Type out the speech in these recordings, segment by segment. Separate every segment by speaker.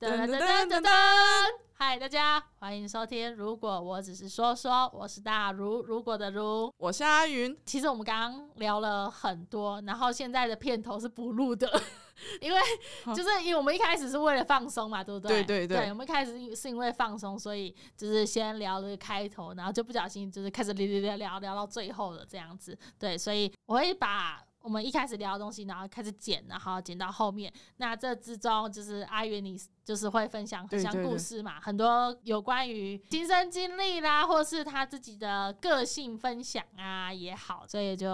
Speaker 1: 噔噔噔噔噔！嗨，大家欢迎收听。如果我只是说说，我是大如，如果的如。
Speaker 2: 我是阿云，
Speaker 1: 其实我们刚刚聊了很多，然后现在的片头是不录的， 因为
Speaker 2: 好
Speaker 1: 就是因为我们一开始是为了放松嘛，对不对？
Speaker 2: 对对
Speaker 1: 嗯对
Speaker 2: 对
Speaker 1: 我们一开始是因为放松，所以就是先聊了开头，然后就不小心就是开始聊聊聊聊聊到最后了这样子。对，所以我会把。我们一开始聊的东西，然后开始剪，然后剪到后面。那这之中，就是阿云，你就是会分享很
Speaker 2: 对
Speaker 1: 像
Speaker 2: 对
Speaker 1: 故
Speaker 2: 对
Speaker 1: 事嘛，很多有关于亲身经历啦，或是他自己的个性分享啊也好，所以就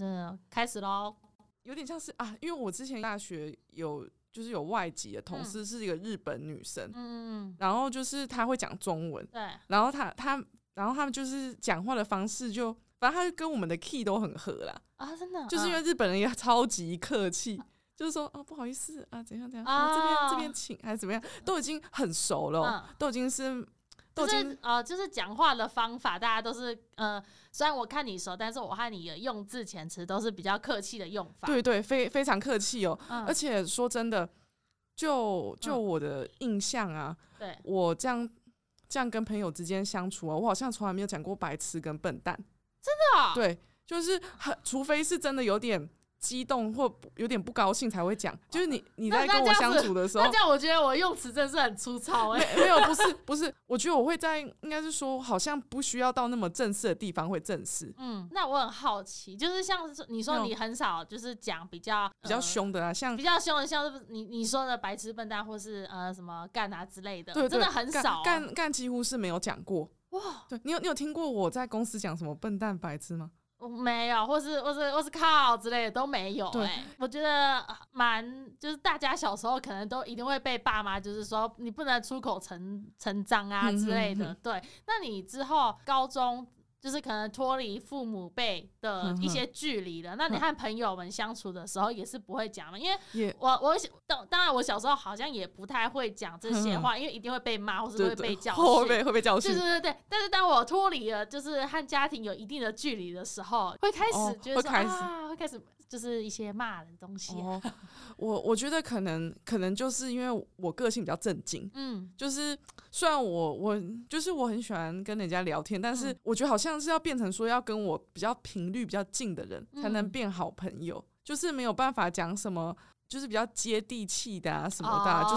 Speaker 1: 嗯开始喽。
Speaker 2: 有点像是啊，因为我之前大学有就是有外籍的同事是一个日本女生，
Speaker 1: 嗯，
Speaker 2: 然后就是她会讲中文，
Speaker 1: 对，
Speaker 2: 然后她她然后他们就是讲话的方式就。反正她就跟我们的 key 都很合啦，
Speaker 1: 啊，真的，
Speaker 2: 就是因
Speaker 1: 嗯
Speaker 2: 为日本人也超级客气，就是说啊不好意思啊怎样怎样，啊、这边
Speaker 1: 哦
Speaker 2: 这边请还是怎么样，都已经很熟了哦，
Speaker 1: 嗯
Speaker 2: 都已经是都
Speaker 1: 就
Speaker 2: 已经
Speaker 1: 是呃，就是讲话的方法，大家都是呃，虽然我看你熟，但是我和你的用字遣词都是比较客气的用法。，
Speaker 2: 对对非非常客气哦，
Speaker 1: 嗯
Speaker 2: 而，且说真的，就就
Speaker 1: 嗯
Speaker 2: 我的印象啊，
Speaker 1: 对，
Speaker 2: 我这样这样跟朋友之间相处啊，我好像从来没有讲过白痴跟笨蛋。
Speaker 1: 哦
Speaker 2: 对，就是很，除非是真的有点激动或有点不高兴才会讲。就是你你
Speaker 1: 啊那
Speaker 2: 在跟
Speaker 1: 那
Speaker 2: 我
Speaker 1: 这样
Speaker 2: 相
Speaker 1: 子
Speaker 2: 处的时候
Speaker 1: 那这，样我觉得我用词真的是很粗糙哎、
Speaker 2: 没没有不是不是，我觉得我会在应该是说，好像不需要到那么正式的地方会正式，
Speaker 1: 嗯，那我很好奇，就是像是你说
Speaker 2: 那
Speaker 1: 你很少就是讲比较
Speaker 2: 比较
Speaker 1: 呃
Speaker 2: 凶的啊，像
Speaker 1: 比较凶的，像是你你说的白痴笨蛋，或是呃什么干啊之类的，
Speaker 2: 对对，
Speaker 1: 真的很
Speaker 2: 干
Speaker 1: 少、啊。
Speaker 2: 干干几乎是没有讲过。
Speaker 1: 哇，
Speaker 2: 对你有你有听过我在公司讲什么笨蛋白痴吗？
Speaker 1: 我没有，或是或是或是靠之类的都没有、
Speaker 2: 对
Speaker 1: 哎，我觉得呃蛮就是大家小时候可能都一定会被爸妈就是说你不能出口成成章啊
Speaker 2: 嗯
Speaker 1: 之类的。
Speaker 2: 嗯嗯
Speaker 1: 对，那你之后高中。就是可能脱离父母辈的
Speaker 2: 嗯
Speaker 1: 一些距离了，那你和朋友们相处的时候也是不会讲的，因为
Speaker 2: 也
Speaker 1: 我我小当当然我小时候好像也不太会讲这些话，因为一定会被骂或是
Speaker 2: 嗯对
Speaker 1: 会
Speaker 2: 对
Speaker 1: 被教
Speaker 2: 会
Speaker 1: 训。
Speaker 2: 被会被教
Speaker 1: 对
Speaker 2: 训
Speaker 1: 对。对对，但是当我脱离了，就是和家庭有一定的距离的时候，会开始
Speaker 2: 哦
Speaker 1: 觉得
Speaker 2: 会
Speaker 1: 说、
Speaker 2: 开始
Speaker 1: 啊，会开始就是一些骂人的东西、啊
Speaker 2: 哦， 我我觉得可能可能就是因为我个性比较正经，
Speaker 1: 嗯，
Speaker 2: 就是虽然我我就是我很喜欢跟人家聊天，但
Speaker 1: 嗯
Speaker 2: 是我觉得好像是要变成说要跟我比较频率比较近的人才能
Speaker 1: 嗯
Speaker 2: 变好朋友，就是没有办法讲什么。就是比较接地气的啊，什么的啊、就是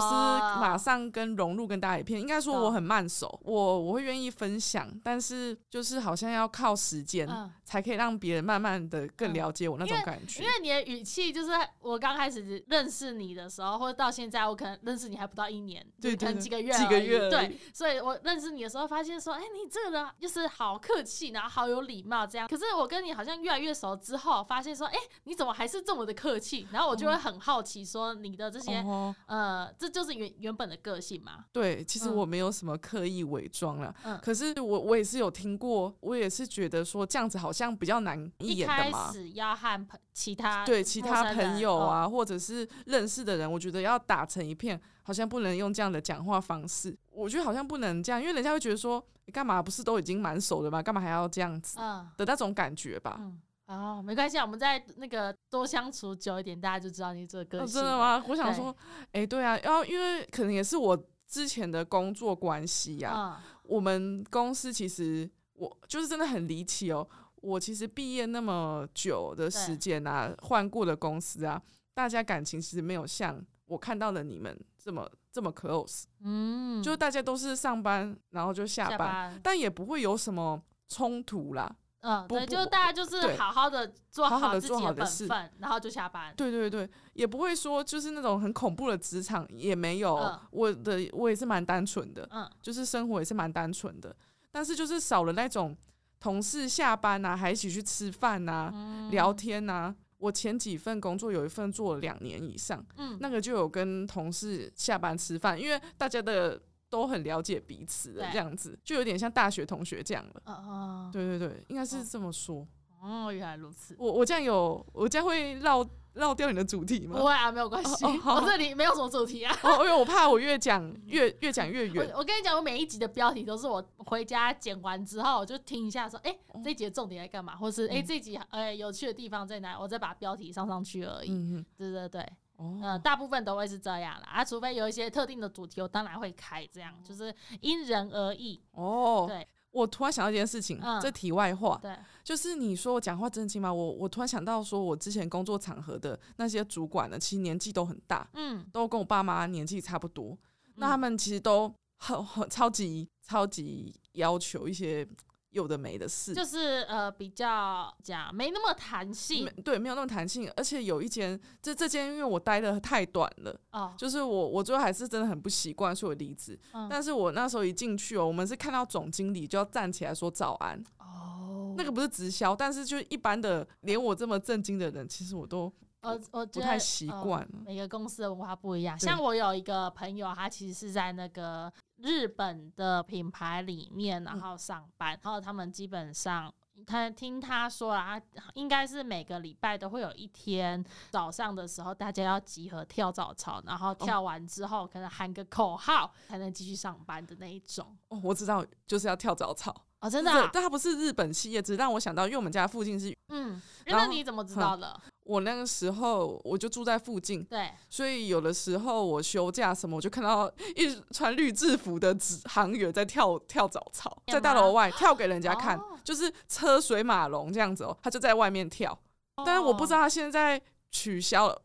Speaker 2: 马
Speaker 1: 哦
Speaker 2: 上跟融入跟大家一片。应该说我
Speaker 1: 懂
Speaker 2: 很慢熟，我我会愿意分享，但是就是好像要靠时间、
Speaker 1: 嗯
Speaker 2: 才可以让别人慢慢的更
Speaker 1: 嗯
Speaker 2: 了解我那
Speaker 1: 因
Speaker 2: 种感觉。
Speaker 1: 因为你的语气就是我刚开始认识你的时候，或者到现在，我可能认识你还不到一年，
Speaker 2: 对
Speaker 1: 就是可能
Speaker 2: 对对
Speaker 1: 几个月而已，
Speaker 2: 几个月而已
Speaker 1: 对，所以我认识你的时候发现说，哎、你这个人就是好客气，然后好有礼貌这样。可是我跟你好像越来越熟之后，发现说，哎、你怎么还是这么的客气？然后我就会很好奇说，你的这些、
Speaker 2: 哦，
Speaker 1: 呃，这就是原原本的个性嘛，
Speaker 2: 对，其实
Speaker 1: 嗯
Speaker 2: 我没有什么刻意伪装啦。
Speaker 1: 嗯
Speaker 2: 可是我我也是有听过，我也是觉得说这样子好像比较难一
Speaker 1: 一
Speaker 2: 眼
Speaker 1: 开
Speaker 2: 的嘛。
Speaker 1: 始要和朋其他
Speaker 2: 对其
Speaker 1: 陌
Speaker 2: 他
Speaker 1: 生人嗯哦
Speaker 2: 朋友，啊，或者是认识的人，我觉得要打成一片，好像不能用这样的讲话方式。我觉得好像不能这样，因为人家会觉得说你干嘛不是都已经蛮熟了吗？干嘛还要这样子
Speaker 1: 嗯
Speaker 2: 的那种感觉吧？
Speaker 1: 嗯。哦，没关系，啊，我们再那个多相处久一点，大家就知道你这个
Speaker 2: 哦
Speaker 1: 个性、嗯
Speaker 2: 真的？吗？我想
Speaker 1: 对
Speaker 2: 说，哎、对啊，然后因为可能也是我之前的工作关系呀、
Speaker 1: 嗯，
Speaker 2: 我们公司其实我就是真的很离奇哦。我其实毕业那么久的时间啊，换过的公司啊，大家感情其实没有像我看到的你们这么这么 close，、
Speaker 1: 嗯，
Speaker 2: 就是大家都是上班然后就下
Speaker 1: 下班，
Speaker 2: 但也不会有什么冲突啦。
Speaker 1: 嗯，
Speaker 2: 不
Speaker 1: 对，
Speaker 2: 不
Speaker 1: 就是大家就是
Speaker 2: 对
Speaker 1: 好好的做
Speaker 2: 好好地
Speaker 1: 自
Speaker 2: 做
Speaker 1: 己
Speaker 2: 好的
Speaker 1: 本
Speaker 2: 事
Speaker 1: 分，然后就下班。
Speaker 2: 对对对，也不会说就是那种很恐怖的职场也没有。
Speaker 1: 嗯
Speaker 2: 我的我也是蛮单纯的，
Speaker 1: 嗯，
Speaker 2: 就是生活也是蛮单纯的，但是就是少了那种同事下班啊，还一起去吃饭啊、聊
Speaker 1: 嗯
Speaker 2: 天啊。我前几份工作有一份做了两年以上，
Speaker 1: 嗯
Speaker 2: 那个就有跟同事下班吃饭，因为大家的都很了解彼此的
Speaker 1: 对
Speaker 2: 这样子，就有点像大学同学这样了。
Speaker 1: 嗯嗯，
Speaker 2: 对对对，应该是这么说。
Speaker 1: 哦，原来如此。
Speaker 2: 我我这样有我这样会绕绕掉你的主题吗
Speaker 1: 不？会啊，没有关系，
Speaker 2: 哦哦好
Speaker 1: 我这里没有什么主题啊。
Speaker 2: 哦，因为我怕我 越讲越越讲越远。
Speaker 1: 我我跟你讲，我每一集的标题都是我回家剪完之后，我就听一下说，哎、
Speaker 2: 哦
Speaker 1: 这一集的重点在
Speaker 2: 嗯
Speaker 1: 干嘛，或是哎、诶这一集呃有趣的地方在哪，我再把标题上上去而已。
Speaker 2: 嗯嗯，
Speaker 1: 对对对，
Speaker 2: 哦，
Speaker 1: 呃，大部分都会是这样啦，啊，除非有一些特定的主题，我当然会开，这样就是因人而异。
Speaker 2: 哦，
Speaker 1: 对
Speaker 2: 我突然想到一件事情，
Speaker 1: 嗯
Speaker 2: 这题外话，
Speaker 1: 对，
Speaker 2: 就是你说我讲话正经吗？我我突然想到，说我之前工作场合的那些主管呢，其实年纪都很大，
Speaker 1: 嗯，
Speaker 2: 都跟我爸妈年纪差不多。那他
Speaker 1: 嗯
Speaker 2: 们其实都很很超级超级要求一些有的没的事，
Speaker 1: 就是呃比较讲没那么弹性
Speaker 2: 没对没有那么弹性。而且有一间这这间，因为我待的太短了，
Speaker 1: 哦，
Speaker 2: 就是我我最后还是真的很不习惯，所以我离职。
Speaker 1: 嗯
Speaker 2: 但是我那时候一进去哦，我们是看到总经理就要站起来说早安，
Speaker 1: 哦
Speaker 2: 那个不是直销，但是就一般的连我这么震惊的人，其实我都
Speaker 1: 呃，我
Speaker 2: 不
Speaker 1: 觉
Speaker 2: 太
Speaker 1: 得
Speaker 2: 习
Speaker 1: 呃
Speaker 2: 惯。
Speaker 1: 每个公司的文化不一样。
Speaker 2: 对
Speaker 1: 像我有一个朋友，他其实是在那个日本的品牌里面，
Speaker 2: 嗯
Speaker 1: 然后上班，然后他们基本上。他听他说啊，他应该是每个礼拜都会有一天早上的时候，大家要集合跳早操，然
Speaker 2: 哦
Speaker 1: 后跳完之后可能喊个口号才能继续上班的那一种。
Speaker 2: 哦，我知道，就是要跳早操，
Speaker 1: 哦，真的、
Speaker 2: 这
Speaker 1: 啊？
Speaker 2: 但它不是日本系业，只是让我想到，因为我们家附近是
Speaker 1: 嗯，
Speaker 2: 然
Speaker 1: 那
Speaker 2: 后
Speaker 1: 你怎么知道的？
Speaker 2: 我那个时候我就住在附近，
Speaker 1: 对，
Speaker 2: 所以有的时候我休假什么，我就看到一穿绿制服的职行员在跳跳早操，
Speaker 1: 干嘛
Speaker 2: 在大楼外跳给人家看，
Speaker 1: 哦
Speaker 2: 就是车水马龙这样子哦，他就在外面跳，
Speaker 1: 哦
Speaker 2: 但是我不知道他现在取消了。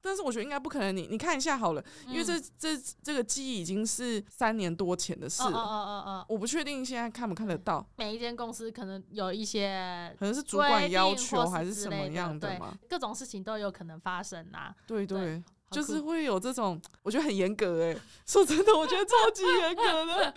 Speaker 2: 但是我觉得应该不可能你，你看一下好了，
Speaker 1: 嗯，
Speaker 2: 因为这、这这个记忆已经是三年多前的事
Speaker 1: 哦哦
Speaker 2: 了，
Speaker 1: 哦哦哦，
Speaker 2: 我不确定现在看不看得到，
Speaker 1: 每一间公司可能有一些
Speaker 2: 可能是主管要
Speaker 1: 规定
Speaker 2: 求
Speaker 1: 或是
Speaker 2: 还是什么样
Speaker 1: 之类的
Speaker 2: 嘛？
Speaker 1: 各种事情都有可能发生啊。
Speaker 2: 对对。
Speaker 1: 对好
Speaker 2: 就
Speaker 1: 酷
Speaker 2: 是会有这种，我觉得很严格哎、说真的，我觉得超级严 格的。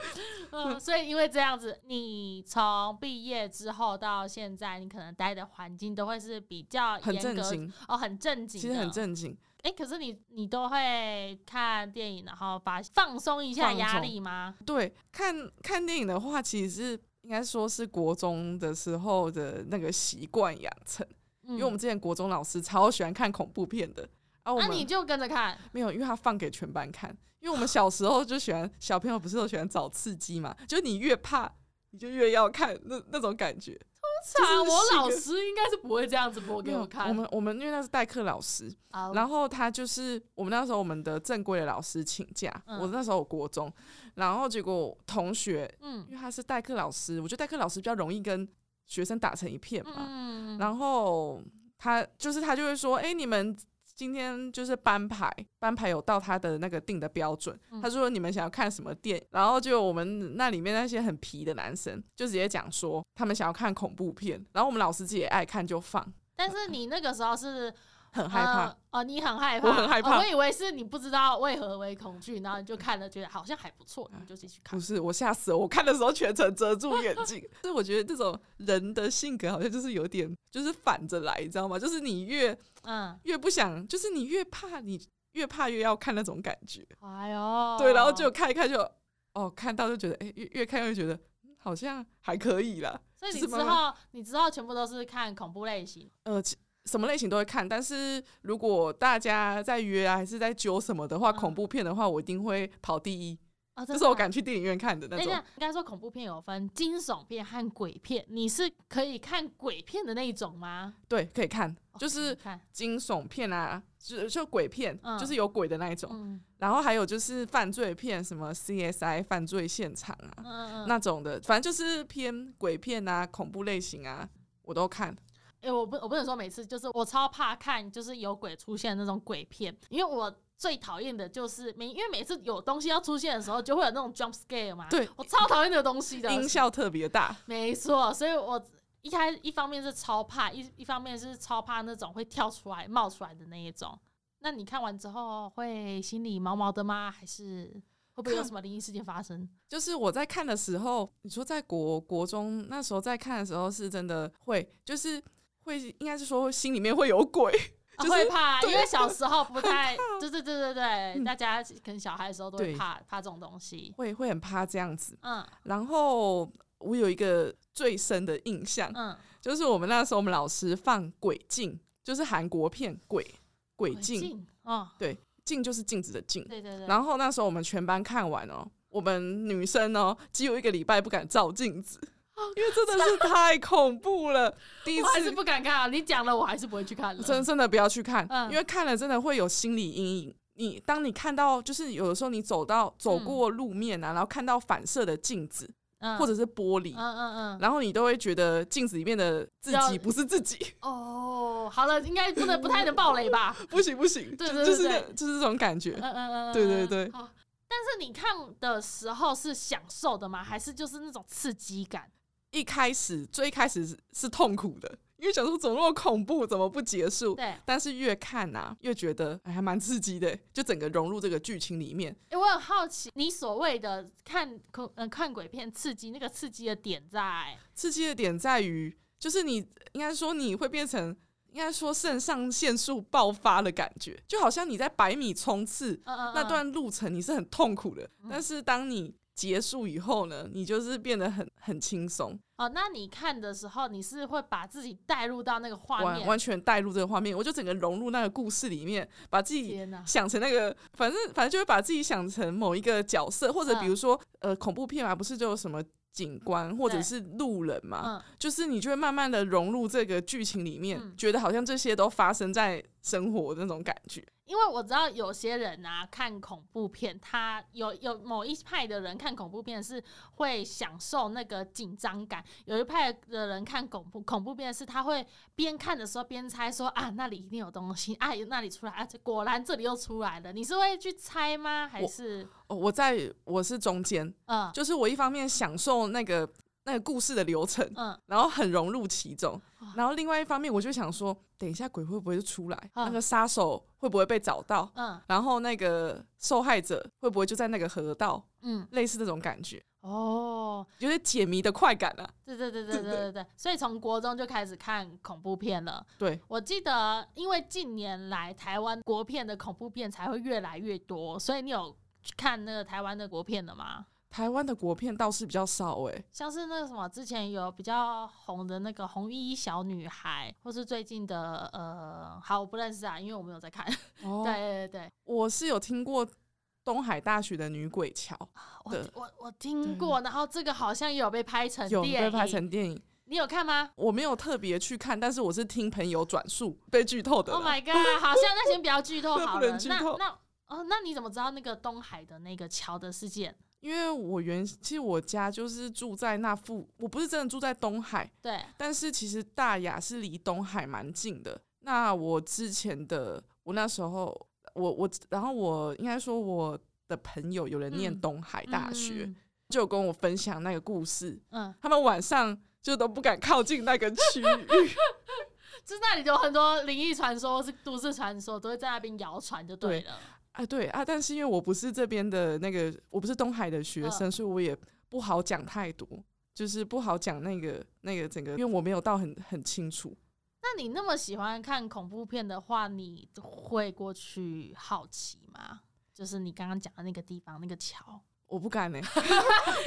Speaker 1: 嗯，所以因为这样子，你从毕业之后到现在，你可能待的环境都会是比较
Speaker 2: 很
Speaker 1: 严
Speaker 2: 震
Speaker 1: 格
Speaker 2: 惊，
Speaker 1: 哦，很正经，
Speaker 2: 其实很。正经。
Speaker 1: 哎、可是你你都会看电影，然后把放松一下
Speaker 2: 放
Speaker 1: 压
Speaker 2: 松
Speaker 1: 力吗？
Speaker 2: 对，看看电影的话，其实是应该说是国中的时候的那个习惯养成，
Speaker 1: 嗯，
Speaker 2: 因为我们之前国中老师超喜欢看恐怖片的，啊，我
Speaker 1: 那、
Speaker 2: 们、
Speaker 1: 你就跟着 看，
Speaker 2: 没有，因为他放给全班看，因为我们小时候就喜欢，小朋友不是都喜欢找刺激嘛，就你越怕。你就越要看那那种感觉，
Speaker 1: 是啊，
Speaker 2: 就是
Speaker 1: 我
Speaker 2: 是一
Speaker 1: 老
Speaker 2: 个
Speaker 1: 师应该是不会这样子播
Speaker 2: 没
Speaker 1: 给
Speaker 2: 有
Speaker 1: 我看。
Speaker 2: 我们我们因为那是代课老师，
Speaker 1: 啊，
Speaker 2: 然后他就是我们那时候我们的正规的老师请假，
Speaker 1: 嗯
Speaker 2: 我那时候我国中，然后结果同学，
Speaker 1: 嗯
Speaker 2: 因为他是代课老师，我觉得代课老师比较容易跟学生打成一片嘛。
Speaker 1: 嗯，后
Speaker 2: 然后他就是他就会说，哎、你们今天就是班排，班排有到他的那个定的标准，
Speaker 1: 嗯
Speaker 2: 他说你们想要看什么电影，然后就我们那里面那些很皮的男生就直接讲说他们想要看恐怖片，然后我们老师自己也爱看就放，
Speaker 1: 但是你那个时候是
Speaker 2: 很害怕。
Speaker 1: 呃哦，你很害怕，
Speaker 2: 我很害怕
Speaker 1: 哦我以为是你不知道为何为恐惧，然后你就看了，觉得好像还不错，
Speaker 2: 嗯
Speaker 1: 你就继续看
Speaker 2: 不。是，我吓死了！我看的时候全程遮住眼睛。 所以我觉得这种人的性格好像就是有点，就是反着来，你知道吗？就是你越
Speaker 1: 嗯，
Speaker 2: 越不想，就是你越怕，你越怕越要看那种感觉。
Speaker 1: 哎呦，
Speaker 2: 对，然后就看一看就，哦，看到就觉得，哎、越越看越觉得嗯好像还可以啦。
Speaker 1: 所以你
Speaker 2: 是
Speaker 1: 之
Speaker 2: 慢慢
Speaker 1: 后你之后全部都是看恐怖类型，
Speaker 2: 呃，其什么类型都会看，但是如果大家在约啊，还是在揪什么的话，
Speaker 1: 嗯
Speaker 2: 恐怖片的话，我一定会跑第一，
Speaker 1: 啊，
Speaker 2: 这
Speaker 1: 真
Speaker 2: 是
Speaker 1: 的
Speaker 2: 我
Speaker 1: 啊。
Speaker 2: 敢去电影院看的那
Speaker 1: 等一
Speaker 2: 种
Speaker 1: 下。，应该说恐怖片有分惊悚片和鬼片，你是可以看鬼片的那一种吗？
Speaker 2: 对，可以看，
Speaker 1: 哦
Speaker 2: 就是
Speaker 1: 你看，
Speaker 2: 惊悚片啊，就就鬼片，
Speaker 1: 嗯
Speaker 2: 就是有鬼的那一种。
Speaker 1: 嗯
Speaker 2: 然后还有就是犯罪片，什么 CSI 犯罪现场啊、
Speaker 1: 嗯嗯，
Speaker 2: 那种的，反正就是偏鬼片啊、恐怖类型啊，我都看。
Speaker 1: 哎、我不，我不能说每次，就是我超怕看，就是有鬼出现的那种鬼片，因为我最讨厌的就是每，因为每次有东西要出现的时候，就会有那种 jump scare 嘛。
Speaker 2: 对，
Speaker 1: 我超讨厌这个东西的。
Speaker 2: 音效特别大，
Speaker 1: 没错，所以我一开一方面是超怕，一一方面是超怕那种会跳出来、冒出来的那一种。那你看完之后会心里毛毛的吗？还是会不会有
Speaker 2: 看
Speaker 1: 什么灵异事件发 生？
Speaker 2: 就是我在看的时候，你说在国国中那时候在看的时候，是真的会，就是会，应该是说心里面会有鬼，
Speaker 1: 啊
Speaker 2: 就是
Speaker 1: 会怕，因
Speaker 2: 对
Speaker 1: 为小时候不太，对对对对对，
Speaker 2: 嗯
Speaker 1: 大家可能小孩的时候都会
Speaker 2: 对
Speaker 1: 怕怕这种东西。
Speaker 2: 会会很怕这样子。
Speaker 1: 嗯
Speaker 2: 然后我有一个最深的印象，
Speaker 1: 嗯，
Speaker 2: 就是我们那时候我们老师放鬼镜，就是韩国片鬼鬼镜，
Speaker 1: 哦，
Speaker 2: 镜就是镜子的镜。
Speaker 1: 对对对，
Speaker 2: 然后那时候我们全班看完哦，我们女生哦，只有一个礼拜不敢照镜子，因为真的是太恐 怖了。第一
Speaker 1: 我还是
Speaker 2: 次
Speaker 1: 不敢看啊！你讲了，我还是不会去看了。
Speaker 2: 真真的不要去看，
Speaker 1: 嗯
Speaker 2: 因为看了真的会有心理阴影。你当你看到，就是有的时候你走到走过路面啊，然后看到反射的镜子
Speaker 1: 嗯
Speaker 2: 或者是玻璃
Speaker 1: 嗯，嗯嗯，
Speaker 2: 然后你都会觉得镜子里面的自
Speaker 1: 要
Speaker 2: 己不是自己，
Speaker 1: 哦，好了，应该不能不太能暴雷 吧？
Speaker 2: 不行不行，
Speaker 1: 对
Speaker 2: 就
Speaker 1: 对
Speaker 2: 就是
Speaker 1: 对
Speaker 2: 那就是这种感觉
Speaker 1: 嗯。嗯嗯嗯，
Speaker 2: 对对对
Speaker 1: 好但是你看的时候是享受的吗？还是就是那种刺激感？
Speaker 2: 一开始最开始是是痛苦的，因为想说怎么那么恐怖，怎么不结束？
Speaker 1: 对，哎、
Speaker 2: 但是越看呐、越觉得哎还蛮刺激的，就整个融入这个剧情里面。
Speaker 1: 哎我很好奇，你所谓的看恐嗯、看鬼片刺激，那个刺激的点在
Speaker 2: 刺激的点在于，就是你应该说你会变成，应该说肾上腺素爆发的感觉，就好像你在百米冲刺
Speaker 1: 嗯嗯
Speaker 2: 那段路程你是很痛苦的，但是当你结束以后呢，你就是变得很很轻松，
Speaker 1: 嗯哦，那你看的时候，你是会把自己带入到那个画
Speaker 2: 完
Speaker 1: 面？
Speaker 2: 完全带入这个画面，我就整个融入那个故事里面，把自己
Speaker 1: 天哪！
Speaker 2: 想成那个，反正反正就会把自己想成某一个角色，或者
Speaker 1: 嗯
Speaker 2: 比如说、呃恐怖片嘛，不是就有什么警官或者
Speaker 1: 对
Speaker 2: 是路人嘛，
Speaker 1: 嗯，
Speaker 2: 就是你就会慢慢的融入这个剧情里面，
Speaker 1: 嗯
Speaker 2: 觉得好像这些都发生在生活的那种感觉。
Speaker 1: 因为我知道有些人啊看恐怖片，他有有某一派的人看恐怖片是会享受那个紧张感，有一派的人看恐怖恐怖片是他会边看的时候边猜说啊那里一定有东西啊那里出来啊这果然这里又出来了，你是会去猜吗？还是
Speaker 2: 哦，我在我是中间，
Speaker 1: 嗯
Speaker 2: 就是我一方面享受那个那个故事的流程，
Speaker 1: 嗯
Speaker 2: 然后很融入其中，然后另外一方面我就想说，等一下鬼会不会出来，
Speaker 1: 嗯
Speaker 2: 那个杀手会不会被找到？
Speaker 1: 嗯
Speaker 2: 然后那个受害者会不会就在那个河道？
Speaker 1: 嗯
Speaker 2: 类似这种感觉，
Speaker 1: 哦，
Speaker 2: 有点解谜的快感啊。
Speaker 1: 对对对对
Speaker 2: 对
Speaker 1: 对对对，所以从国中就开始看恐怖片了。
Speaker 2: 对，
Speaker 1: 我记得，因为近年来台湾国片的恐怖片才会越来越多，所以你有去看那个台湾的国片了吗？
Speaker 2: 台湾的国片倒是比较少欸诶、
Speaker 1: 像是那个什么，之前有比较红的那个《红衣小女孩》，或是最近的呃，好，我不认识啊，因为我没有在看。
Speaker 2: 哦
Speaker 1: 对对对
Speaker 2: 我是有听过东海大学的《女鬼桥
Speaker 1: 对
Speaker 2: 对，
Speaker 1: 我我我听过，然后这个好像也有被拍成》，
Speaker 2: 有
Speaker 1: 电
Speaker 2: 被
Speaker 1: 影，
Speaker 2: 拍成电影，
Speaker 1: 你有看吗
Speaker 2: 我没有特别去看，但是我是听朋友转述被剧透的啦。
Speaker 1: ？Oh my god！好像那先不要剧透
Speaker 2: 啊 那不
Speaker 1: 好
Speaker 2: 能
Speaker 1: 了。
Speaker 2: 剧
Speaker 1: 那
Speaker 2: 透
Speaker 1: 那哦，那你怎么知道那个东海的那个桥的事件？
Speaker 2: 因为我原其实我家就是住在那附，我不是真的住在东海，
Speaker 1: 对，
Speaker 2: 但是其实大雅是离东海蛮近的。那我之前的，我那时候，我我，然后我应该说我的朋友有人念
Speaker 1: 嗯
Speaker 2: 东海大学，
Speaker 1: 嗯
Speaker 2: 就有跟我分享那个故事，
Speaker 1: 嗯，
Speaker 2: 他们晚上就都不敢靠近那个 区域。
Speaker 1: 就那里有很多灵异传说、是都市传说，都会在那边谣传就对了。
Speaker 2: 啊，对啊，但是因为我不是这边的那个，我不是东海的学
Speaker 1: 嗯
Speaker 2: 生，所以我也不好讲太多，就是不好讲那个那个整个，因为我没有到很很清楚。
Speaker 1: 那你那么喜欢看恐怖片的话，你会过去好奇吗？就是你刚刚讲的那个地方，那个桥，
Speaker 2: 我不 敢呢、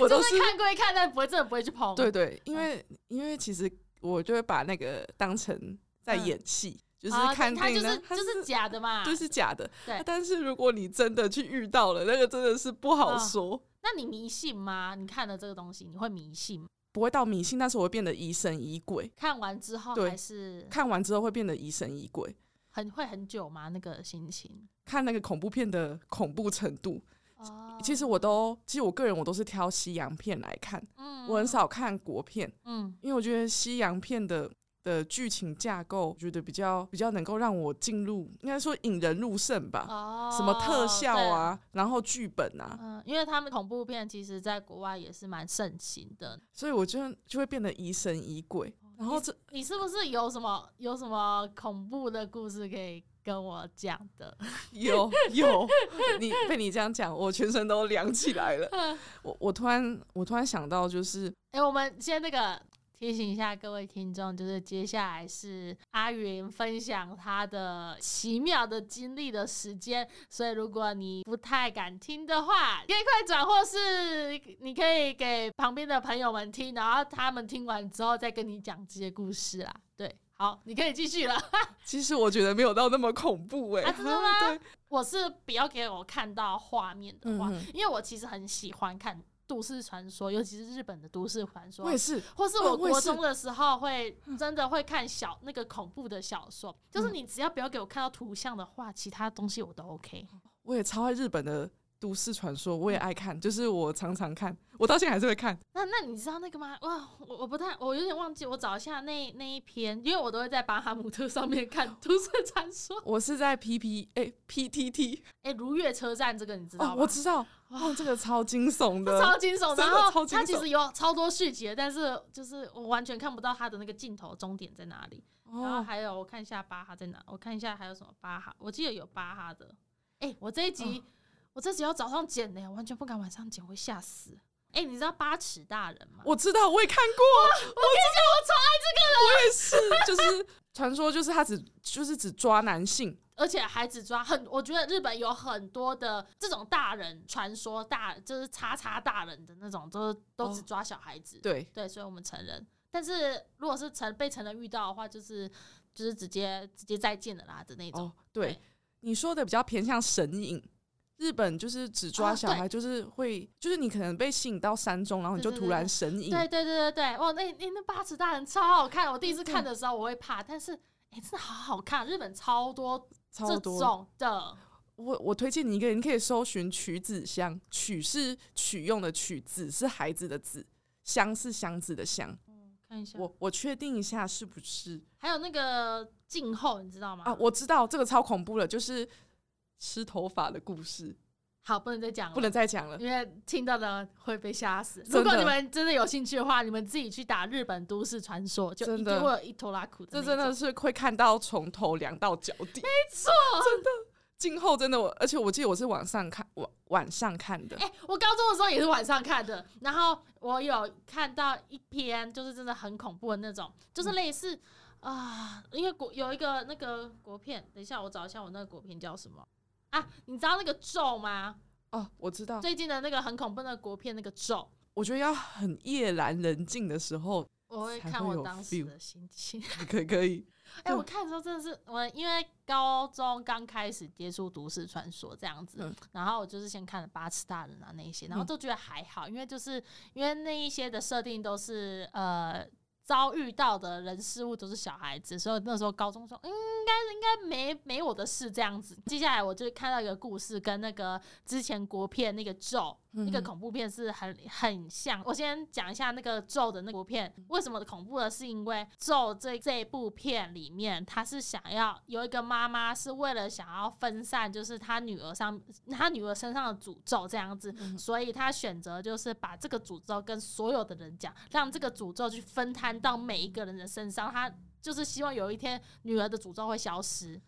Speaker 2: 我都
Speaker 1: 就是是看归看，但不会真的不会去碰。
Speaker 2: 对对，
Speaker 1: 嗯
Speaker 2: 因为因为其实我就会把那个当成在
Speaker 1: 嗯
Speaker 2: 演戏，就是
Speaker 1: 啊，
Speaker 2: 看
Speaker 1: 它
Speaker 2: 电
Speaker 1: 就
Speaker 2: 影呢，
Speaker 1: 是就是假的嘛。
Speaker 2: 就是假的。
Speaker 1: 对
Speaker 2: 啊但是如果你真的去遇到了，那个真的是不好
Speaker 1: 啊
Speaker 2: 说。
Speaker 1: 那你迷信吗？你看了这个东西，你会迷信吗？
Speaker 2: 不会到迷信，但是我会变得疑神疑鬼。
Speaker 1: 看完之后
Speaker 2: 对
Speaker 1: 还是
Speaker 2: 看完之后会变得疑神疑鬼，
Speaker 1: 很会很久吗？那个心情？
Speaker 2: 看那个恐怖片的恐怖程度。
Speaker 1: 哦
Speaker 2: 其实我都，其实我个人我都是挑西洋片来看，
Speaker 1: 嗯
Speaker 2: 我很，少看国片，
Speaker 1: 嗯
Speaker 2: 因为我觉得西洋片的。的剧情架构，我觉得比较比较能够让我进入，应该说引人入胜吧。
Speaker 1: 哦，
Speaker 2: 什么特效
Speaker 1: 对
Speaker 2: 啊，然后剧本啊，
Speaker 1: 嗯，因为他们恐怖片其实在国外也是蛮盛行的。
Speaker 2: 所以我就就会变得疑神疑鬼。
Speaker 1: 哦
Speaker 2: 然后这
Speaker 1: 你是不是有什么有什么恐怖的故事可以跟我讲的？
Speaker 2: 有有， 你被你这样讲，我全身都凉起来了。
Speaker 1: 哎、
Speaker 2: 我我突然我突然想到，就是
Speaker 1: 我们先那个提醒一下各位听众，就是接下来是阿云分享他的奇妙的经历的时间，所以如果你不太敢听的话，可以快转，或是你可以给旁边的朋友们听，然后他们听完之后再跟你讲这些故事啦。对，好，你可以继续了。
Speaker 2: 其实我觉得没有到那么恐怖哎、
Speaker 1: 啊真的吗
Speaker 2: 对，
Speaker 1: 我是不要给我看到画面的话，
Speaker 2: 嗯哼
Speaker 1: 因为我其实很喜欢看都市传说，尤其是日本的都市传说
Speaker 2: 我也，是，
Speaker 1: 或是
Speaker 2: 嗯
Speaker 1: 我
Speaker 2: 我也
Speaker 1: 国
Speaker 2: 是
Speaker 1: 中的时候会真的会看小那个恐怖的小说，就是
Speaker 2: 嗯
Speaker 1: 你只要不要给我看到图像的话，其他东西我都 OK。
Speaker 2: 我也超爱日本的都市传说，
Speaker 1: 嗯
Speaker 2: 我也爱看，就是我常常看，我到现在还是会看。
Speaker 1: 那那你知道那个吗？哇，我我不太，我有点忘记，我找一下那那一篇，因为我都会在巴哈姆特上面看 都市传说。
Speaker 2: 我是在 P P 哎、P T T
Speaker 1: 哎、如月车站这个你知道
Speaker 2: 哦，
Speaker 1: 吗？
Speaker 2: 我知道，哦，这个超惊悚
Speaker 1: 这超
Speaker 2: 的，
Speaker 1: 惊悚，
Speaker 2: 真
Speaker 1: 然
Speaker 2: 的超
Speaker 1: 后
Speaker 2: 惊
Speaker 1: 它其
Speaker 2: 悚
Speaker 1: 实有超多续集的，但是就是我完全看不到它的那个镜头终点在哪里。然后
Speaker 2: 哦，
Speaker 1: 还有我看一下巴哈在哪，我看一下还有什么巴哈，我记得有巴哈的。哎、我这一
Speaker 2: 哦
Speaker 1: 集、我这集要早上剪呢、我完全不敢晚上剪，会吓死。哎、你知道八尺大人吗？
Speaker 2: 我知道，我也看
Speaker 1: 我
Speaker 2: 过，
Speaker 1: 跟你讲，
Speaker 2: 我也是，就是传说就是他只就是只抓男性，
Speaker 1: 我超，而且还只抓很，我觉得日本有很多的这种大人传说大，就是叉叉大人的那种，都都只
Speaker 2: 哦
Speaker 1: 抓小孩子。
Speaker 2: 对，
Speaker 1: 对，所以我们成人。但是如果是成被成人遇到的话，就是就是直接直接再见的啦的那种。
Speaker 2: 哦，对
Speaker 1: 对，
Speaker 2: 你说的比较偏向神隐。日本就是只抓
Speaker 1: 哦
Speaker 2: 小孩，就是会，就是你可能被吸引到山中，然后你就
Speaker 1: 对对
Speaker 2: 突
Speaker 1: 对
Speaker 2: 然
Speaker 1: 对
Speaker 2: 神隐，
Speaker 1: 对对对对对，哇，那那那八尺大人超好看，我第一次看的时候我会怕，但是哎、真的好好看，日本超多
Speaker 2: 超
Speaker 1: 这
Speaker 2: 多
Speaker 1: 种的，
Speaker 2: 我我推荐你一个，你可以搜寻曲子香，曲是取用的曲，子是孩子的子，香是箱子的香。
Speaker 1: 看一下，
Speaker 2: 我我确定一下是不是
Speaker 1: 还有那个静候，你知道吗？
Speaker 2: 啊？我知道这个超恐怖了，就是吃头发的故事，
Speaker 1: 好，不能再讲了，
Speaker 2: 不能再讲了。
Speaker 1: 因为听到的会被吓死。
Speaker 2: 真的
Speaker 1: 如果你们真的有兴趣的话，你们自己去打日本都市传说，就一
Speaker 2: 真的
Speaker 1: 定会有一头拉苦的那
Speaker 2: 这
Speaker 1: 一
Speaker 2: 真的
Speaker 1: 种
Speaker 2: 是会看到从头凉到脚底，没错，真的。今后真的我，而且我记得我是晚上看，晚晚上看的。
Speaker 1: 哎、我高中的时候也是晚上看的，然后我有看到一篇，就是真的很恐怖的那种，就是类似啊、因为国有一个那个国片，等一下我找一下我那个国片叫什么啊？你知道那个咒吗？
Speaker 2: 哦，我知道，
Speaker 1: 最近的那个很恐怖的国片那个咒，
Speaker 2: 我觉得要很夜阑人静的时候，
Speaker 1: 我会
Speaker 2: 才
Speaker 1: 看
Speaker 2: 会
Speaker 1: 我
Speaker 2: 有
Speaker 1: 当时
Speaker 2: feel
Speaker 1: 的心情。
Speaker 2: 可以可以。
Speaker 1: 哎、我看的时候真的是我，因为高中刚开始接触都市传说这样子，
Speaker 2: 嗯
Speaker 1: 然后我就是先看了八尺大人啊那一些，然后
Speaker 2: 嗯
Speaker 1: 都觉得还好，因为就是因为那一些的设定都是呃遭遇到的人事物都是小孩子，所以那时候高中说、嗯、应该应该没没我的事这样子。接下来我就看到一个故事，跟那个之前国片那个咒。那个
Speaker 2: 嗯
Speaker 1: 恐怖片是很很像。我先讲一下那个咒的那部片，为什么恐怖的是因为咒这这一部片里面，他是想要有一个妈妈是为了想要分散，就是他女儿上他女儿身上的诅咒这样子，所以他选择就是把这个诅咒跟所有的人讲，让这个诅咒去分摊到每一个人的身上，他。就是希望有一天女儿的诅咒会消失，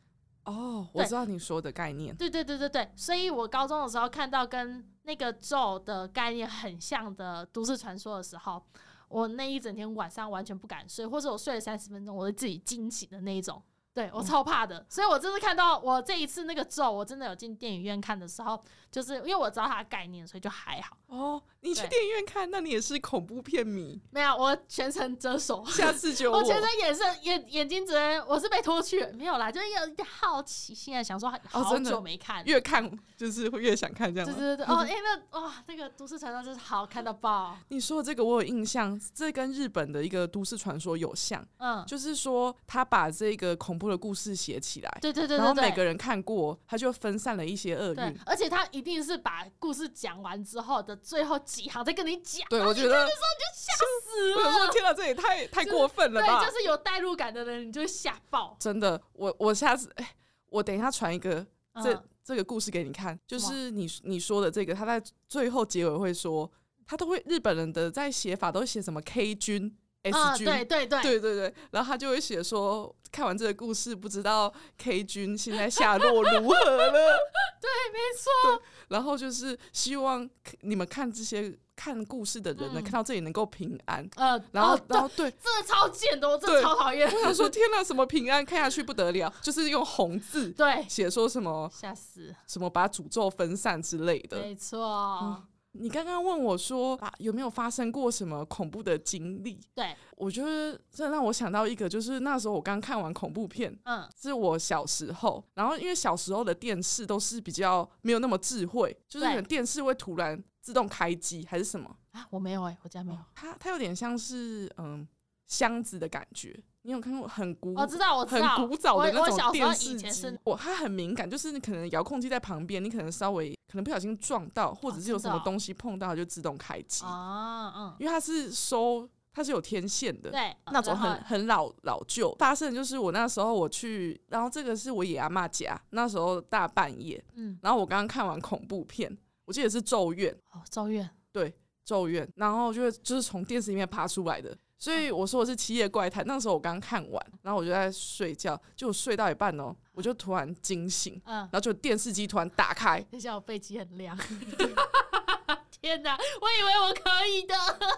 Speaker 2: 哦，我
Speaker 1: 对
Speaker 2: 知道你说的概念。
Speaker 1: 对对对对对，所以我高中的时候看到跟那个咒的概念很像的都市传说的时候，我那一整天晚上完全不敢睡，或者我睡了三十分钟，我会自己惊醒的那一种。对我超怕的，所以我这次看到我这一次那个咒，我真的有进电影院看的时候，就是因为我知道它的概念，所以就还好。
Speaker 2: 哦，你去
Speaker 1: 对
Speaker 2: 电影院看，那你也是恐怖 片迷。
Speaker 1: 没有，我全程遮手，
Speaker 2: 下次就
Speaker 1: 我全程眼神眼眼睛只能我是被拖去，没有啦，就是有一点好奇心啊，想说好
Speaker 2: 哦真的
Speaker 1: 久没看，
Speaker 2: 越看就是会越想看嗯这样
Speaker 1: 对
Speaker 2: 吗。
Speaker 1: 对对对，哦，哎、那哇，那个都市传说真是好看到爆，
Speaker 2: 你说的这个我有印象，这跟日本的一个都市传说有像，
Speaker 1: 嗯，
Speaker 2: 就是说他把这个恐怖的故事写起来，
Speaker 1: 对对对
Speaker 2: 然后
Speaker 1: 对对，
Speaker 2: 每个人看过，他就分散了一些厄
Speaker 1: 对
Speaker 2: 运，。
Speaker 1: 而且他一定是把故事讲完之后的最后几行再跟啊你讲，
Speaker 2: 对，我觉得我想说，天哪，这也太太过分了吧
Speaker 1: 对，？就是有代入感的人你就会吓爆，
Speaker 2: 真的，我我下次，哎，我等一下传一个这、
Speaker 1: 嗯、
Speaker 2: 这个故事给你看，就
Speaker 1: 什么
Speaker 2: 是你你说的这个，他在最后结尾会说，他都会日本人的在写法都会写什么 K 君、S
Speaker 1: 嗯，
Speaker 2: 君、
Speaker 1: 对对对，
Speaker 2: 对对对，然后他就会写说，看完这个故事，不知道 K 君现在下落如何 了。
Speaker 1: 没错，
Speaker 2: 然后就是希望你们看这些看故事的人呢，
Speaker 1: 嗯
Speaker 2: 看到这里能够平安。
Speaker 1: 呃，
Speaker 2: 然后，
Speaker 1: 哦对
Speaker 2: 然后对，
Speaker 1: 这个超贱的，我真
Speaker 2: 对
Speaker 1: 的超讨 厌，
Speaker 2: 我想说，天哪，什么平安看下去不得了，就是用红字
Speaker 1: 对，
Speaker 2: 写说什么
Speaker 1: 吓死，
Speaker 2: 什么把诅咒分散之类的。
Speaker 1: 没错，
Speaker 2: 你刚刚问我说、啊、有没有发生过什么恐怖的经历？
Speaker 1: 对，
Speaker 2: 我觉得这让我想到一个，就是那时候我刚看完恐怖片，
Speaker 1: 嗯，
Speaker 2: 是我小时候，然后因为小时候的电视都是比较没有那么智慧，就是
Speaker 1: 对
Speaker 2: 可能电视会突然自动开机还是什么？
Speaker 1: 啊，我没有哎、我家没有。
Speaker 2: 它它有点像是嗯箱子的感觉。你有看过很古
Speaker 1: 哦我知道，我知
Speaker 2: 很
Speaker 1: 道，
Speaker 2: 古早的
Speaker 1: 我我
Speaker 2: 那
Speaker 1: 小
Speaker 2: 种
Speaker 1: 时候
Speaker 2: 电
Speaker 1: 以
Speaker 2: 视
Speaker 1: 前
Speaker 2: 机
Speaker 1: 是，
Speaker 2: 我它很敏感，就是你可能遥控器在旁边，你可能稍微可能不小心撞到，或者是有什
Speaker 1: 真
Speaker 2: 么
Speaker 1: 的哦
Speaker 2: 东西碰到，它就自动开机，
Speaker 1: 啊，嗯，
Speaker 2: 因为它是收它是有天线的，
Speaker 1: 对，哦
Speaker 2: 那种
Speaker 1: 然后
Speaker 2: 很很老老旧。发生的就是我那时候我去，然后这个是我爷阿嬷家，那时候大半夜，
Speaker 1: 嗯，
Speaker 2: 然后我刚刚看完恐怖片，我记得是《咒怨》，
Speaker 1: 哦，咒怨，
Speaker 2: 对，《咒怨》，然后就就是从电视里面爬出来的。所以我说我是《七夜怪谈》，那时候我刚看完，然后我就在睡觉，就我睡到一半哦，我就突然惊醒，
Speaker 1: 嗯
Speaker 2: 然，后就电视机突然打开，
Speaker 1: 等一下我背脊很凉。 天哪，我以为我可以的。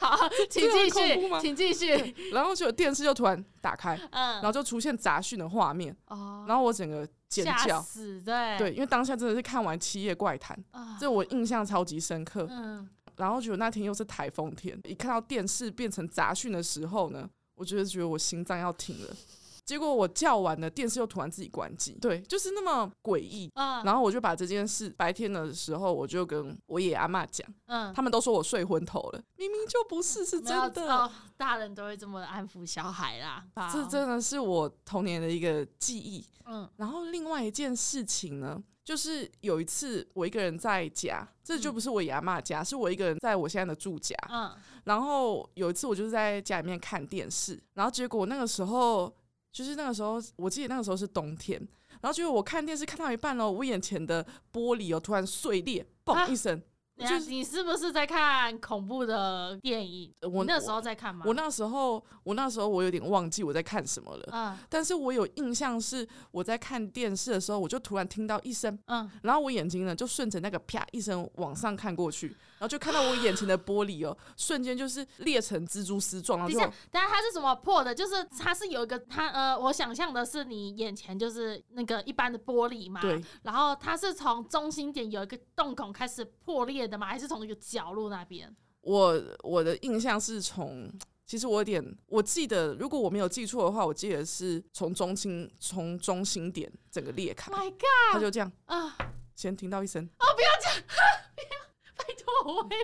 Speaker 1: 好，请
Speaker 2: 这
Speaker 1: 继
Speaker 2: 很恐怖
Speaker 1: 续，
Speaker 2: 吗
Speaker 1: 请继续。
Speaker 2: 然后就电视就突然打开，然
Speaker 1: 嗯，
Speaker 2: 后就出现杂讯的画面，
Speaker 1: 哦
Speaker 2: 然后我整个尖
Speaker 1: 吓
Speaker 2: 叫，
Speaker 1: 死，对
Speaker 2: 对，因为当下真的是看完《七夜怪谈》。
Speaker 1: 啊，
Speaker 2: 这我印象超级深刻。
Speaker 1: 嗯，
Speaker 2: 然后觉得那天又是台风天，一看到电视变成杂讯的时候呢，我觉得觉得我心脏要停了。结果我叫完了，电视又突然自己关机，对，就是那么诡异。
Speaker 1: 啊，
Speaker 2: 然后我就把这件事白天的时候，我就跟我爷爷阿嬷讲，
Speaker 1: 嗯，
Speaker 2: 他们都说我睡昏头了，明明就不是，是
Speaker 1: 没有
Speaker 2: 真的。
Speaker 1: 哦大人都会这么安抚小孩啦。
Speaker 2: 这
Speaker 1: 好，
Speaker 2: 真的是我童年的一个记忆。
Speaker 1: 嗯
Speaker 2: 然后另外一件事情呢，就是有一次我一个人在家，这就不是我爷阿嬷家，是我一个人在我现在的住家。
Speaker 1: 嗯，
Speaker 2: 然后有一次我就是在家里面看电视，然后结果那个时候就是那个时候，我记得那个时候是冬天，然后结果我看电视看到一半哦，我眼前的玻璃哦突然碎裂，
Speaker 1: 啊
Speaker 2: 嘣一声，我
Speaker 1: 等一下
Speaker 2: 就是
Speaker 1: 你是不是在看恐怖的电影？
Speaker 2: 呃我
Speaker 1: 你那时候在看吗？
Speaker 2: 我那时候我那时候我有点忘记我在看什么了。
Speaker 1: 嗯
Speaker 2: 但是我有印象是我在看电视的时候，我就突然听到一声
Speaker 1: 嗯，
Speaker 2: 然后我眼睛呢就顺着那个啪一声往上看过去，然后就看到我眼前的玻璃哦，瞬间就是裂成蜘蛛丝状，然
Speaker 1: 等
Speaker 2: 后
Speaker 1: 一
Speaker 2: 就
Speaker 1: 下，等一下它是怎么破的？就是它是有一个它呃，我想象的是你眼前就是那个一般的玻璃嘛，
Speaker 2: 对，
Speaker 1: 然后它是从中心点有一个洞孔开始破裂的吗？还是从一个角落那边？
Speaker 2: 我我的印象是从。其实我有点，我记得，如果我没有记错的话，我记得是从中心从中心点整个裂开，
Speaker 1: My God！
Speaker 2: 它就这样，
Speaker 1: 啊、
Speaker 2: 先听到一声，
Speaker 1: 拜托，我会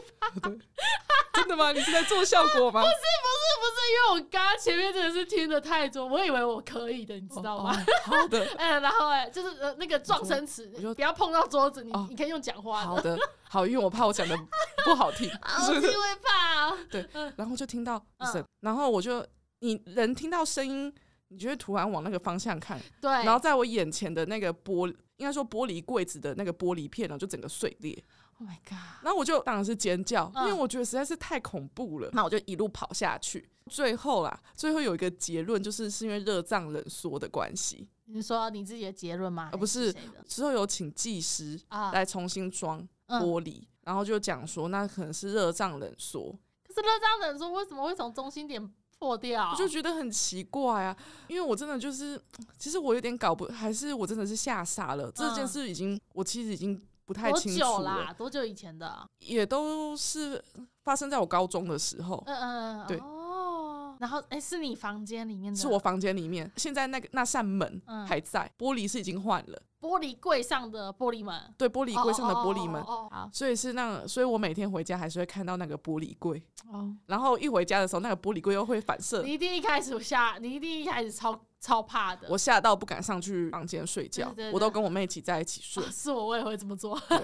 Speaker 2: 真的吗？你是在做效 果吗？
Speaker 1: 不是因为我刚刚前面真的是听的太多，我以为我可以的，你知道吗？
Speaker 2: 哦哦好的，
Speaker 1: 嗯，然后 哎、就是呃那个撞声词
Speaker 2: 我就，
Speaker 1: 不要碰到桌子，你、
Speaker 2: 哦
Speaker 1: 你可以用讲 话
Speaker 2: 好
Speaker 1: 的。
Speaker 2: 的，好，因为我怕我讲的不好听，
Speaker 1: 啊，
Speaker 2: 是
Speaker 1: 我
Speaker 2: 不
Speaker 1: 是
Speaker 2: 是？
Speaker 1: 会怕、啊。
Speaker 2: 然后就听到一
Speaker 1: 嗯
Speaker 2: 声，然后我就你人听到声音，你就会突然往那个方向看，
Speaker 1: 对，
Speaker 2: 然后在我眼前的那个玻应该说玻璃柜子的那个玻璃片呢，哦就整个碎裂，
Speaker 1: Oh my God！
Speaker 2: 然后我就当然是尖叫，因为
Speaker 1: 嗯
Speaker 2: 我觉得实在是太恐怖了，那我就一路跑下去。最后啦，最后有一个结论，就是是因为热胀冷缩的关系。
Speaker 1: 你说你自己的结论吗？
Speaker 2: 呃不是
Speaker 1: 还谁的
Speaker 2: 之后有请技师
Speaker 1: 啊，
Speaker 2: 来重新装
Speaker 1: 嗯
Speaker 2: 玻璃，然后就讲说那可能是热胀冷缩，
Speaker 1: 可是那这样的人说，为什么会从中心点破掉？
Speaker 2: 我就觉得很奇怪啊，因为我真的就是，其实我有点搞不，还是我真的是吓傻了。这件
Speaker 1: 嗯
Speaker 2: 事已经，我其实已经不太
Speaker 1: 多
Speaker 2: 清楚
Speaker 1: 久
Speaker 2: 了，
Speaker 1: 啦？多久以前的？
Speaker 2: 也都是发生在我高中的时候，
Speaker 1: 嗯嗯嗯，
Speaker 2: 对
Speaker 1: 哦，然后哎、是你房间里面的，
Speaker 2: 是我房间里面，现在那个那扇门
Speaker 1: 嗯
Speaker 2: 还在，玻璃是已经换了，
Speaker 1: 玻璃柜上的玻璃门，
Speaker 2: 对，玻璃柜上的玻璃门，
Speaker 1: 哦，哦哦哦哦
Speaker 2: 所以是那，所以我每天回家还是会看到那个玻璃柜，
Speaker 1: 哦
Speaker 2: 然后一回家的时候，那个玻璃柜又会反
Speaker 1: 好
Speaker 2: 射
Speaker 1: 你，一定一开始吓，你一定一开始超超怕的。
Speaker 2: 我吓到不敢上去房间睡觉，
Speaker 1: 对对
Speaker 2: 我都
Speaker 1: 对
Speaker 2: 跟我妹一起在一起睡
Speaker 1: 啊。是我，我也会这么 做。
Speaker 2: 对，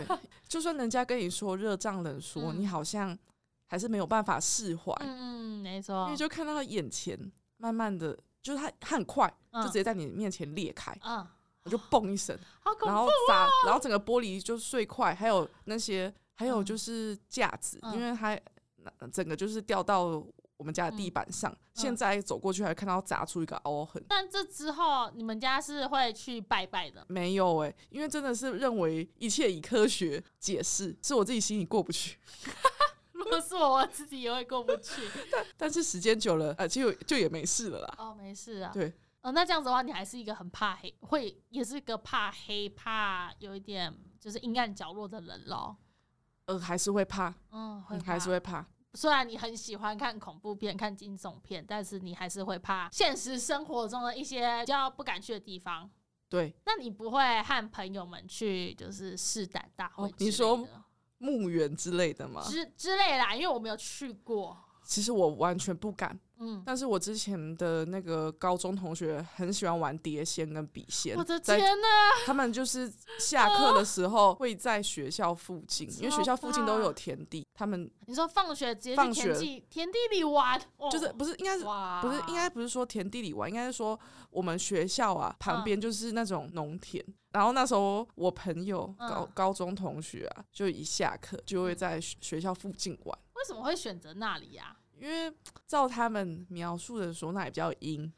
Speaker 2: 就算人家跟你说热胀冷缩，
Speaker 1: 嗯
Speaker 2: 你好像还是没有办法释怀，
Speaker 1: 嗯，嗯，没
Speaker 2: 因
Speaker 1: 错
Speaker 2: 为。就看到他眼前慢慢的，就是他它很快就
Speaker 1: 嗯
Speaker 2: 直接在你面前裂 开，
Speaker 1: 嗯，
Speaker 2: 我就嘣一声，
Speaker 1: 好恐
Speaker 2: 然
Speaker 1: 怖哦
Speaker 2: 后。砸，然后整个玻璃就碎块，还有那些，还有
Speaker 1: 嗯
Speaker 2: 就是架子，
Speaker 1: 嗯
Speaker 2: 因为它那整个就是掉到。我们家的地板
Speaker 1: 嗯
Speaker 2: 上，现在走过去还看到砸出一个凹痕。
Speaker 1: 但这之后，你们家是会去拜拜的，
Speaker 2: 没有诶、因为真的是认为一切以科学解释，是我自己心里过不去。
Speaker 1: 如果是我，我自己也会过不去。
Speaker 2: 但是时间久了，呃，就就也没事了啦。
Speaker 1: 哦，没事啊。
Speaker 2: 对，
Speaker 1: 哦，那这样子的话，你还是一个很怕黑，会也是个怕黑、怕有一点就是阴暗角落的人咯。
Speaker 2: 呃，还是会怕，
Speaker 1: 嗯，会
Speaker 2: 嗯还
Speaker 1: 怕
Speaker 2: 是会怕。
Speaker 1: 虽然你很喜欢看恐怖片、看惊悚片，但是你还是会怕现实生活中的一些比较不敢去的地方。
Speaker 2: 对，
Speaker 1: 那你不会和朋友们去就是试胆大会
Speaker 2: 哦
Speaker 1: 之类的、
Speaker 2: 你说墓园之类的吗？
Speaker 1: 之之类啦，因为我没有去过。
Speaker 2: 其实我完全不敢，
Speaker 1: 嗯，
Speaker 2: 但是我之前的那个高中同学很喜欢玩碟仙跟笔仙，
Speaker 1: 我的
Speaker 2: 在
Speaker 1: 天呐，
Speaker 2: 他们就是下课的时候会在学校附近，
Speaker 1: 哦
Speaker 2: 因为学校附近都
Speaker 1: 超
Speaker 2: 有
Speaker 1: 大
Speaker 2: 田地，他们
Speaker 1: 你说放学直接去
Speaker 2: 放
Speaker 1: 田
Speaker 2: 学
Speaker 1: 地田地里玩，哦
Speaker 2: 就是不是应该是
Speaker 1: 哇，
Speaker 2: 不是应该不是说田地里玩，应该是说我们学校啊旁边就是那种农田。然后那时候我朋友
Speaker 1: 嗯
Speaker 2: 高、高中同学啊，就一下课就会在学学校附近玩，
Speaker 1: 为什么会选择那里呀、
Speaker 2: 因为照他们描述的说那里比较 阴。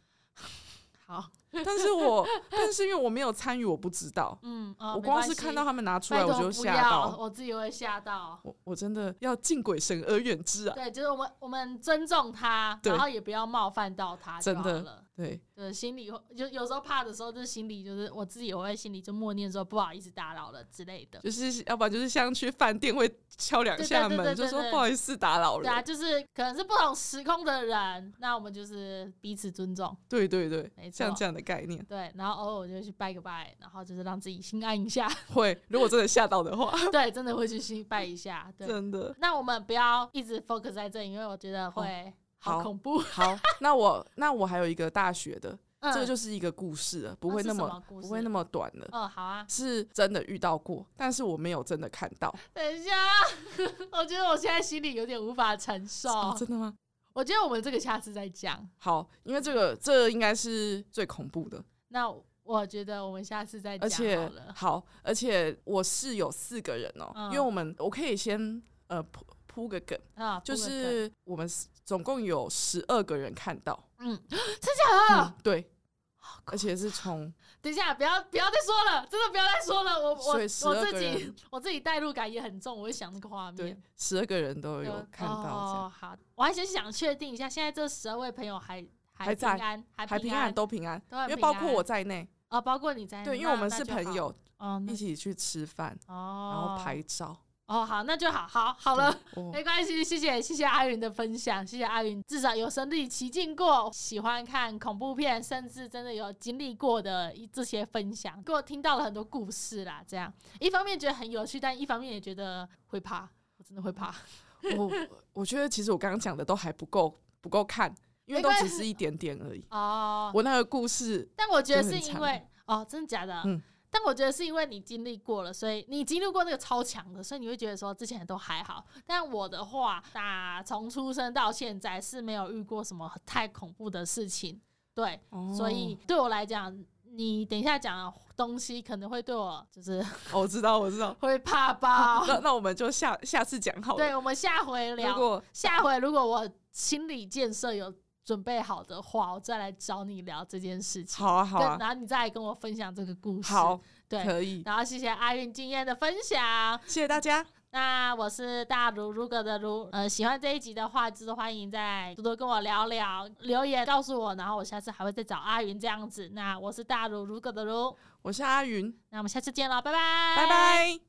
Speaker 1: 好，
Speaker 2: 但是我但是因为我没有参与，我不知道。
Speaker 1: 嗯，呃、
Speaker 2: 我
Speaker 1: 没
Speaker 2: 光
Speaker 1: 关
Speaker 2: 是
Speaker 1: 系
Speaker 2: 看到他们拿出来，
Speaker 1: 拜
Speaker 2: 我
Speaker 1: 托
Speaker 2: 就
Speaker 1: 不
Speaker 2: 吓
Speaker 1: 要
Speaker 2: 到。
Speaker 1: 我自己会吓到。
Speaker 2: 我我真的要敬鬼神而远之啊！
Speaker 1: 对，就是我们我们尊重他，
Speaker 2: 对
Speaker 1: 然后也不要冒犯到他就
Speaker 2: 真
Speaker 1: 好
Speaker 2: 的
Speaker 1: 了。
Speaker 2: 对，
Speaker 1: 就是心里会就有时候怕的时候，就是心里就是我自己也会心里就默念说不好意思打扰了之类的。
Speaker 2: 就是要不然就是像去饭店会敲两
Speaker 1: 对对
Speaker 2: 下
Speaker 1: 对对
Speaker 2: 门，就
Speaker 1: 对
Speaker 2: 说
Speaker 1: 对
Speaker 2: 不好意思打扰
Speaker 1: 对啊，
Speaker 2: 了。
Speaker 1: 就是可能是不同时空的人，那我们就是彼此尊重。
Speaker 2: 对对对
Speaker 1: 没，错
Speaker 2: 像这样的概念
Speaker 1: 对，然后偶尔就去拜个拜，然后就是让自己心安一下。
Speaker 2: 会，如果真的吓到的话，
Speaker 1: 对，真的会去心拜一下。对，
Speaker 2: 真的
Speaker 1: 那我们不要一直 focus 在这里，因为我觉得会好
Speaker 2: 哦好
Speaker 1: 恐怖。
Speaker 2: 好。那我那我还有一个大学的，
Speaker 1: 嗯，
Speaker 2: 这个就是一个故事了，不
Speaker 1: 那
Speaker 2: 会
Speaker 1: 是
Speaker 2: 那
Speaker 1: 什么
Speaker 2: 么
Speaker 1: 故
Speaker 2: 不会
Speaker 1: 事
Speaker 2: 那么短了。
Speaker 1: 哦，好啊。
Speaker 2: 是真的遇到过，但是我没有真的看到。
Speaker 1: 等一下， 我觉得我现在心里有点无法承 受。
Speaker 2: 哦，真的吗？
Speaker 1: 我觉得我们这个下次再讲。
Speaker 2: 好，因为这个这应该是最恐怖的，
Speaker 1: 那我觉得我们下次再
Speaker 2: 而
Speaker 1: 讲
Speaker 2: 且
Speaker 1: 好了。
Speaker 2: 好，而且我是有四个人哦、
Speaker 1: 嗯
Speaker 2: 因为我们我可以先呃铺铺个梗，
Speaker 1: 啊，
Speaker 2: 就
Speaker 1: 不能
Speaker 2: 是我们是总共有十二个人看到，
Speaker 1: 嗯，真假的？
Speaker 2: 嗯，对，而且是从
Speaker 1: 等一下，不要不要再说了，真的不要再说了。我我
Speaker 2: 所
Speaker 1: 我
Speaker 2: 以12
Speaker 1: 自
Speaker 2: 个
Speaker 1: 己
Speaker 2: 人
Speaker 1: 我自己代入感也很重，我会想那个画
Speaker 2: 对
Speaker 1: 面。
Speaker 2: 十二个人都有
Speaker 1: 嗯
Speaker 2: 看到这样，
Speaker 1: 哦，好，我还是想确定一下，现在这十二位朋友还
Speaker 2: 还
Speaker 1: 平
Speaker 2: 在
Speaker 1: 安，还
Speaker 2: 还
Speaker 1: 平
Speaker 2: 平安都平安，
Speaker 1: 都很
Speaker 2: 因为
Speaker 1: 平
Speaker 2: 包括
Speaker 1: 安
Speaker 2: 我在内，
Speaker 1: 啊，包括你在
Speaker 2: 对，因为
Speaker 1: 那
Speaker 2: 我们
Speaker 1: 那
Speaker 2: 是
Speaker 1: 就好
Speaker 2: 朋友，
Speaker 1: 哦，那
Speaker 2: 一起去吃饭，
Speaker 1: 哦，
Speaker 2: 然后拍照。
Speaker 1: 哦，好，那就好，好，好了。
Speaker 2: 哦，
Speaker 1: 没关系，谢谢谢谢阿云的分享，谢谢阿云，至少有身历其境过，喜欢看恐怖片，甚至真的有经历过的一这些分享，给我听到了很多故事啦。这样一方面觉得很有趣，但一方面也觉得会怕，我真的会怕。
Speaker 2: 我我觉得其实我刚刚讲的都还不够不够看，因为
Speaker 1: 没
Speaker 2: 都
Speaker 1: 关
Speaker 2: 只是一点点而已。
Speaker 1: 哦，
Speaker 2: 我那个故事
Speaker 1: 但我觉得
Speaker 2: 就是很
Speaker 1: 因
Speaker 2: 长
Speaker 1: 为哦，真的假的？
Speaker 2: 嗯
Speaker 1: 但我觉得是因为你经历过了，所以你经历过那个超强的，所以你会觉得说之前的都还好。但我的话，打从出生到现在是没有遇过什么太恐怖的事情，对，所
Speaker 2: 哦
Speaker 1: 以对我来讲，你等一下讲的东西可能会对我就是，
Speaker 2: 哦我知道我知道
Speaker 1: 会怕 吧。
Speaker 2: 那那我们就下下次讲好了。
Speaker 1: 对，我们下回
Speaker 2: 如
Speaker 1: 聊。
Speaker 2: 果
Speaker 1: 下回如果我心理建设有准备好的话，我再来找你聊这件事情。
Speaker 2: 好啊好
Speaker 1: 对
Speaker 2: 啊
Speaker 1: 然后你再来跟我分享这个故事。
Speaker 2: 好，
Speaker 1: 对。
Speaker 2: 可以，
Speaker 1: 然后谢谢阿韵经验的分享。
Speaker 2: 谢谢大家，
Speaker 1: 那我是大如如哥的如，呃，喜欢这一集的话，就是欢迎再多多跟我聊聊，留言告诉我，然后我下次还会再找阿云这样子。那我是大如如哥的如，
Speaker 2: 我是阿云，
Speaker 1: 那我们下次见喽，拜拜，
Speaker 2: 拜拜。